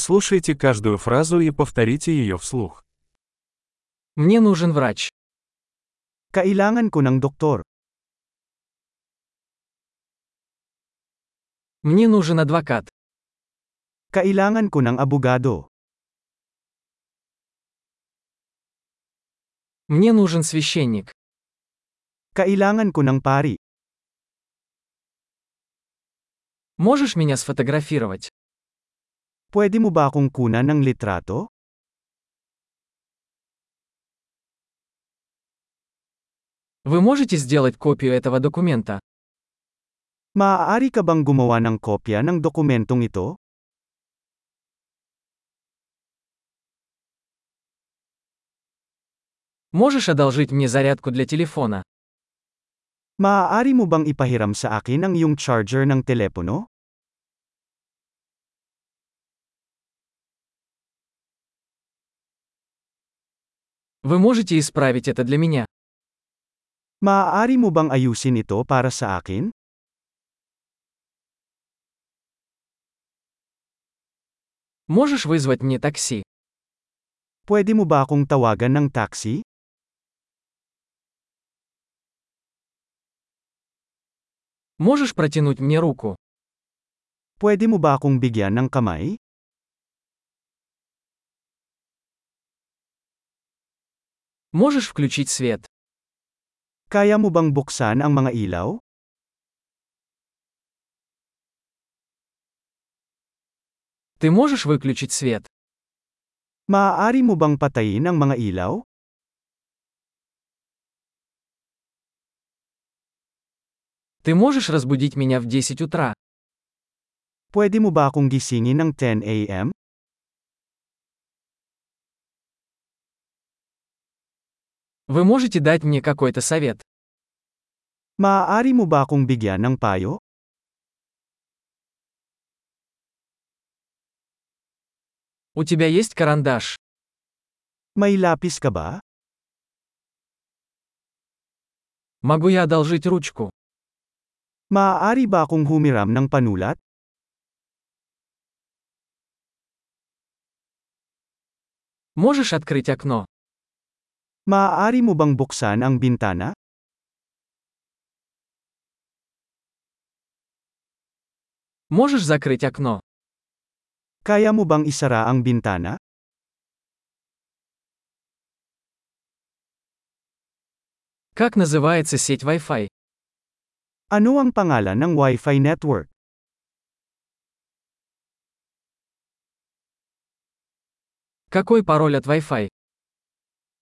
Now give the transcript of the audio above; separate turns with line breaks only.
Прослушайте каждую фразу и повторите ее вслух.
Мне нужен врач.
Kailangan ko ng doktor.
Мне нужен адвокат.
Kailangan ko ng abogado.
Мне нужен священник.
Kailangan ko ng pari.
Можешь меня сфотографировать?
Pwede mo ba akong kunan ng litrato?
Вы можете сделать копию этого документа?
Maaari ka bang gumawa ng kopya ng dokumentong ito?
Можешь одолжить мне зарядку для телефона?
Maaari mo bang ipahiram sa akin ang iyong charger ng telepono?
Вы можете исправить это для меня?
Maaari mo bang ayusin ito para sa akin?
Можешь вызвать мне такси?
Pwede mo ba akong tawagan ng taxi?
Можешь протянуть мне руку?
Pwede mo ba akong bigyan ng kamay?
Можешь включить свет?
Kaya mo bang buksan ang mga ilaw?
Ты можешь выключить свет?
Maaari mo bang patayin ang mga ilaw?
Ты можешь разбудить меня в 10 утра?
Pwede mo ba akong gisingin ng 10 a.m.?
Вы можете дать мне какой-то совет?
Maaari mo ba akong bigyan ng payo?
У тебя есть карандаш?
May lapis ka ba?
Могу я одолжить ручку?
Maaari ba akong humiram ng panulat?
Можешь открыть окно?
Maaari mo bang buksan ang bintana?
Можешь закрыть окно?
Kaya mo bang isara ang bintana?
Как называется сеть Wi-Fi?
Ano ang pangalan ng Wi-Fi network?
Какой пароль от Wi-Fi?